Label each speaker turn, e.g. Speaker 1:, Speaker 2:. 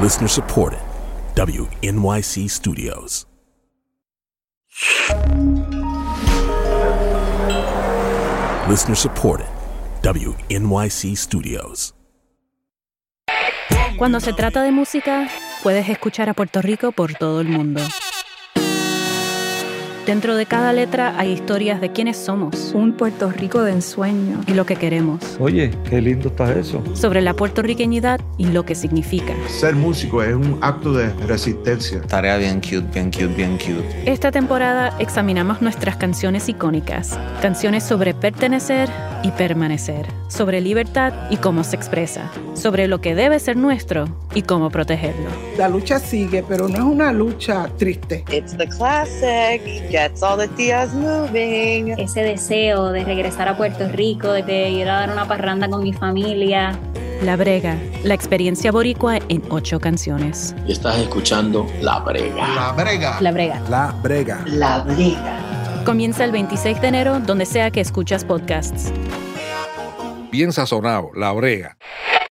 Speaker 1: Listener supported. WNYC Studios. Listener supported. WNYC Studios.
Speaker 2: Cuando se trata de música, puedes escuchar a Puerto Rico por todo el mundo. Dentro de cada letra hay historias de quiénes somos
Speaker 3: Un Puerto Rico de ensueño.
Speaker 2: y lo que queremos,
Speaker 4: Oye, qué lindo está eso.
Speaker 2: sobre la puertorriqueñidad y lo que significa.
Speaker 5: Ser músico es un acto de resistencia.
Speaker 6: Tarea bien cute, bien cute, bien cute.
Speaker 2: Esta temporada examinamos nuestras canciones icónicas, canciones sobre pertenecer y permanecer, sobre libertad y cómo se expresa, sobre lo que debe ser nuestro y cómo protegerlo.
Speaker 7: La lucha sigue, pero no es una lucha triste.
Speaker 8: It's the classic, gets all the tias moving.
Speaker 9: ese deseo de regresar a Puerto Rico, de ir a dar una parranda con mi familia.
Speaker 2: La Brega, la experiencia boricua en ocho canciones.
Speaker 10: y estás escuchando La Brega.
Speaker 5: La brega.
Speaker 9: La brega.
Speaker 1: La Brega.
Speaker 8: La briga.
Speaker 2: Comienza el 26 de enero donde sea que escuchas podcasts.
Speaker 11: Bien sazonado, la brega.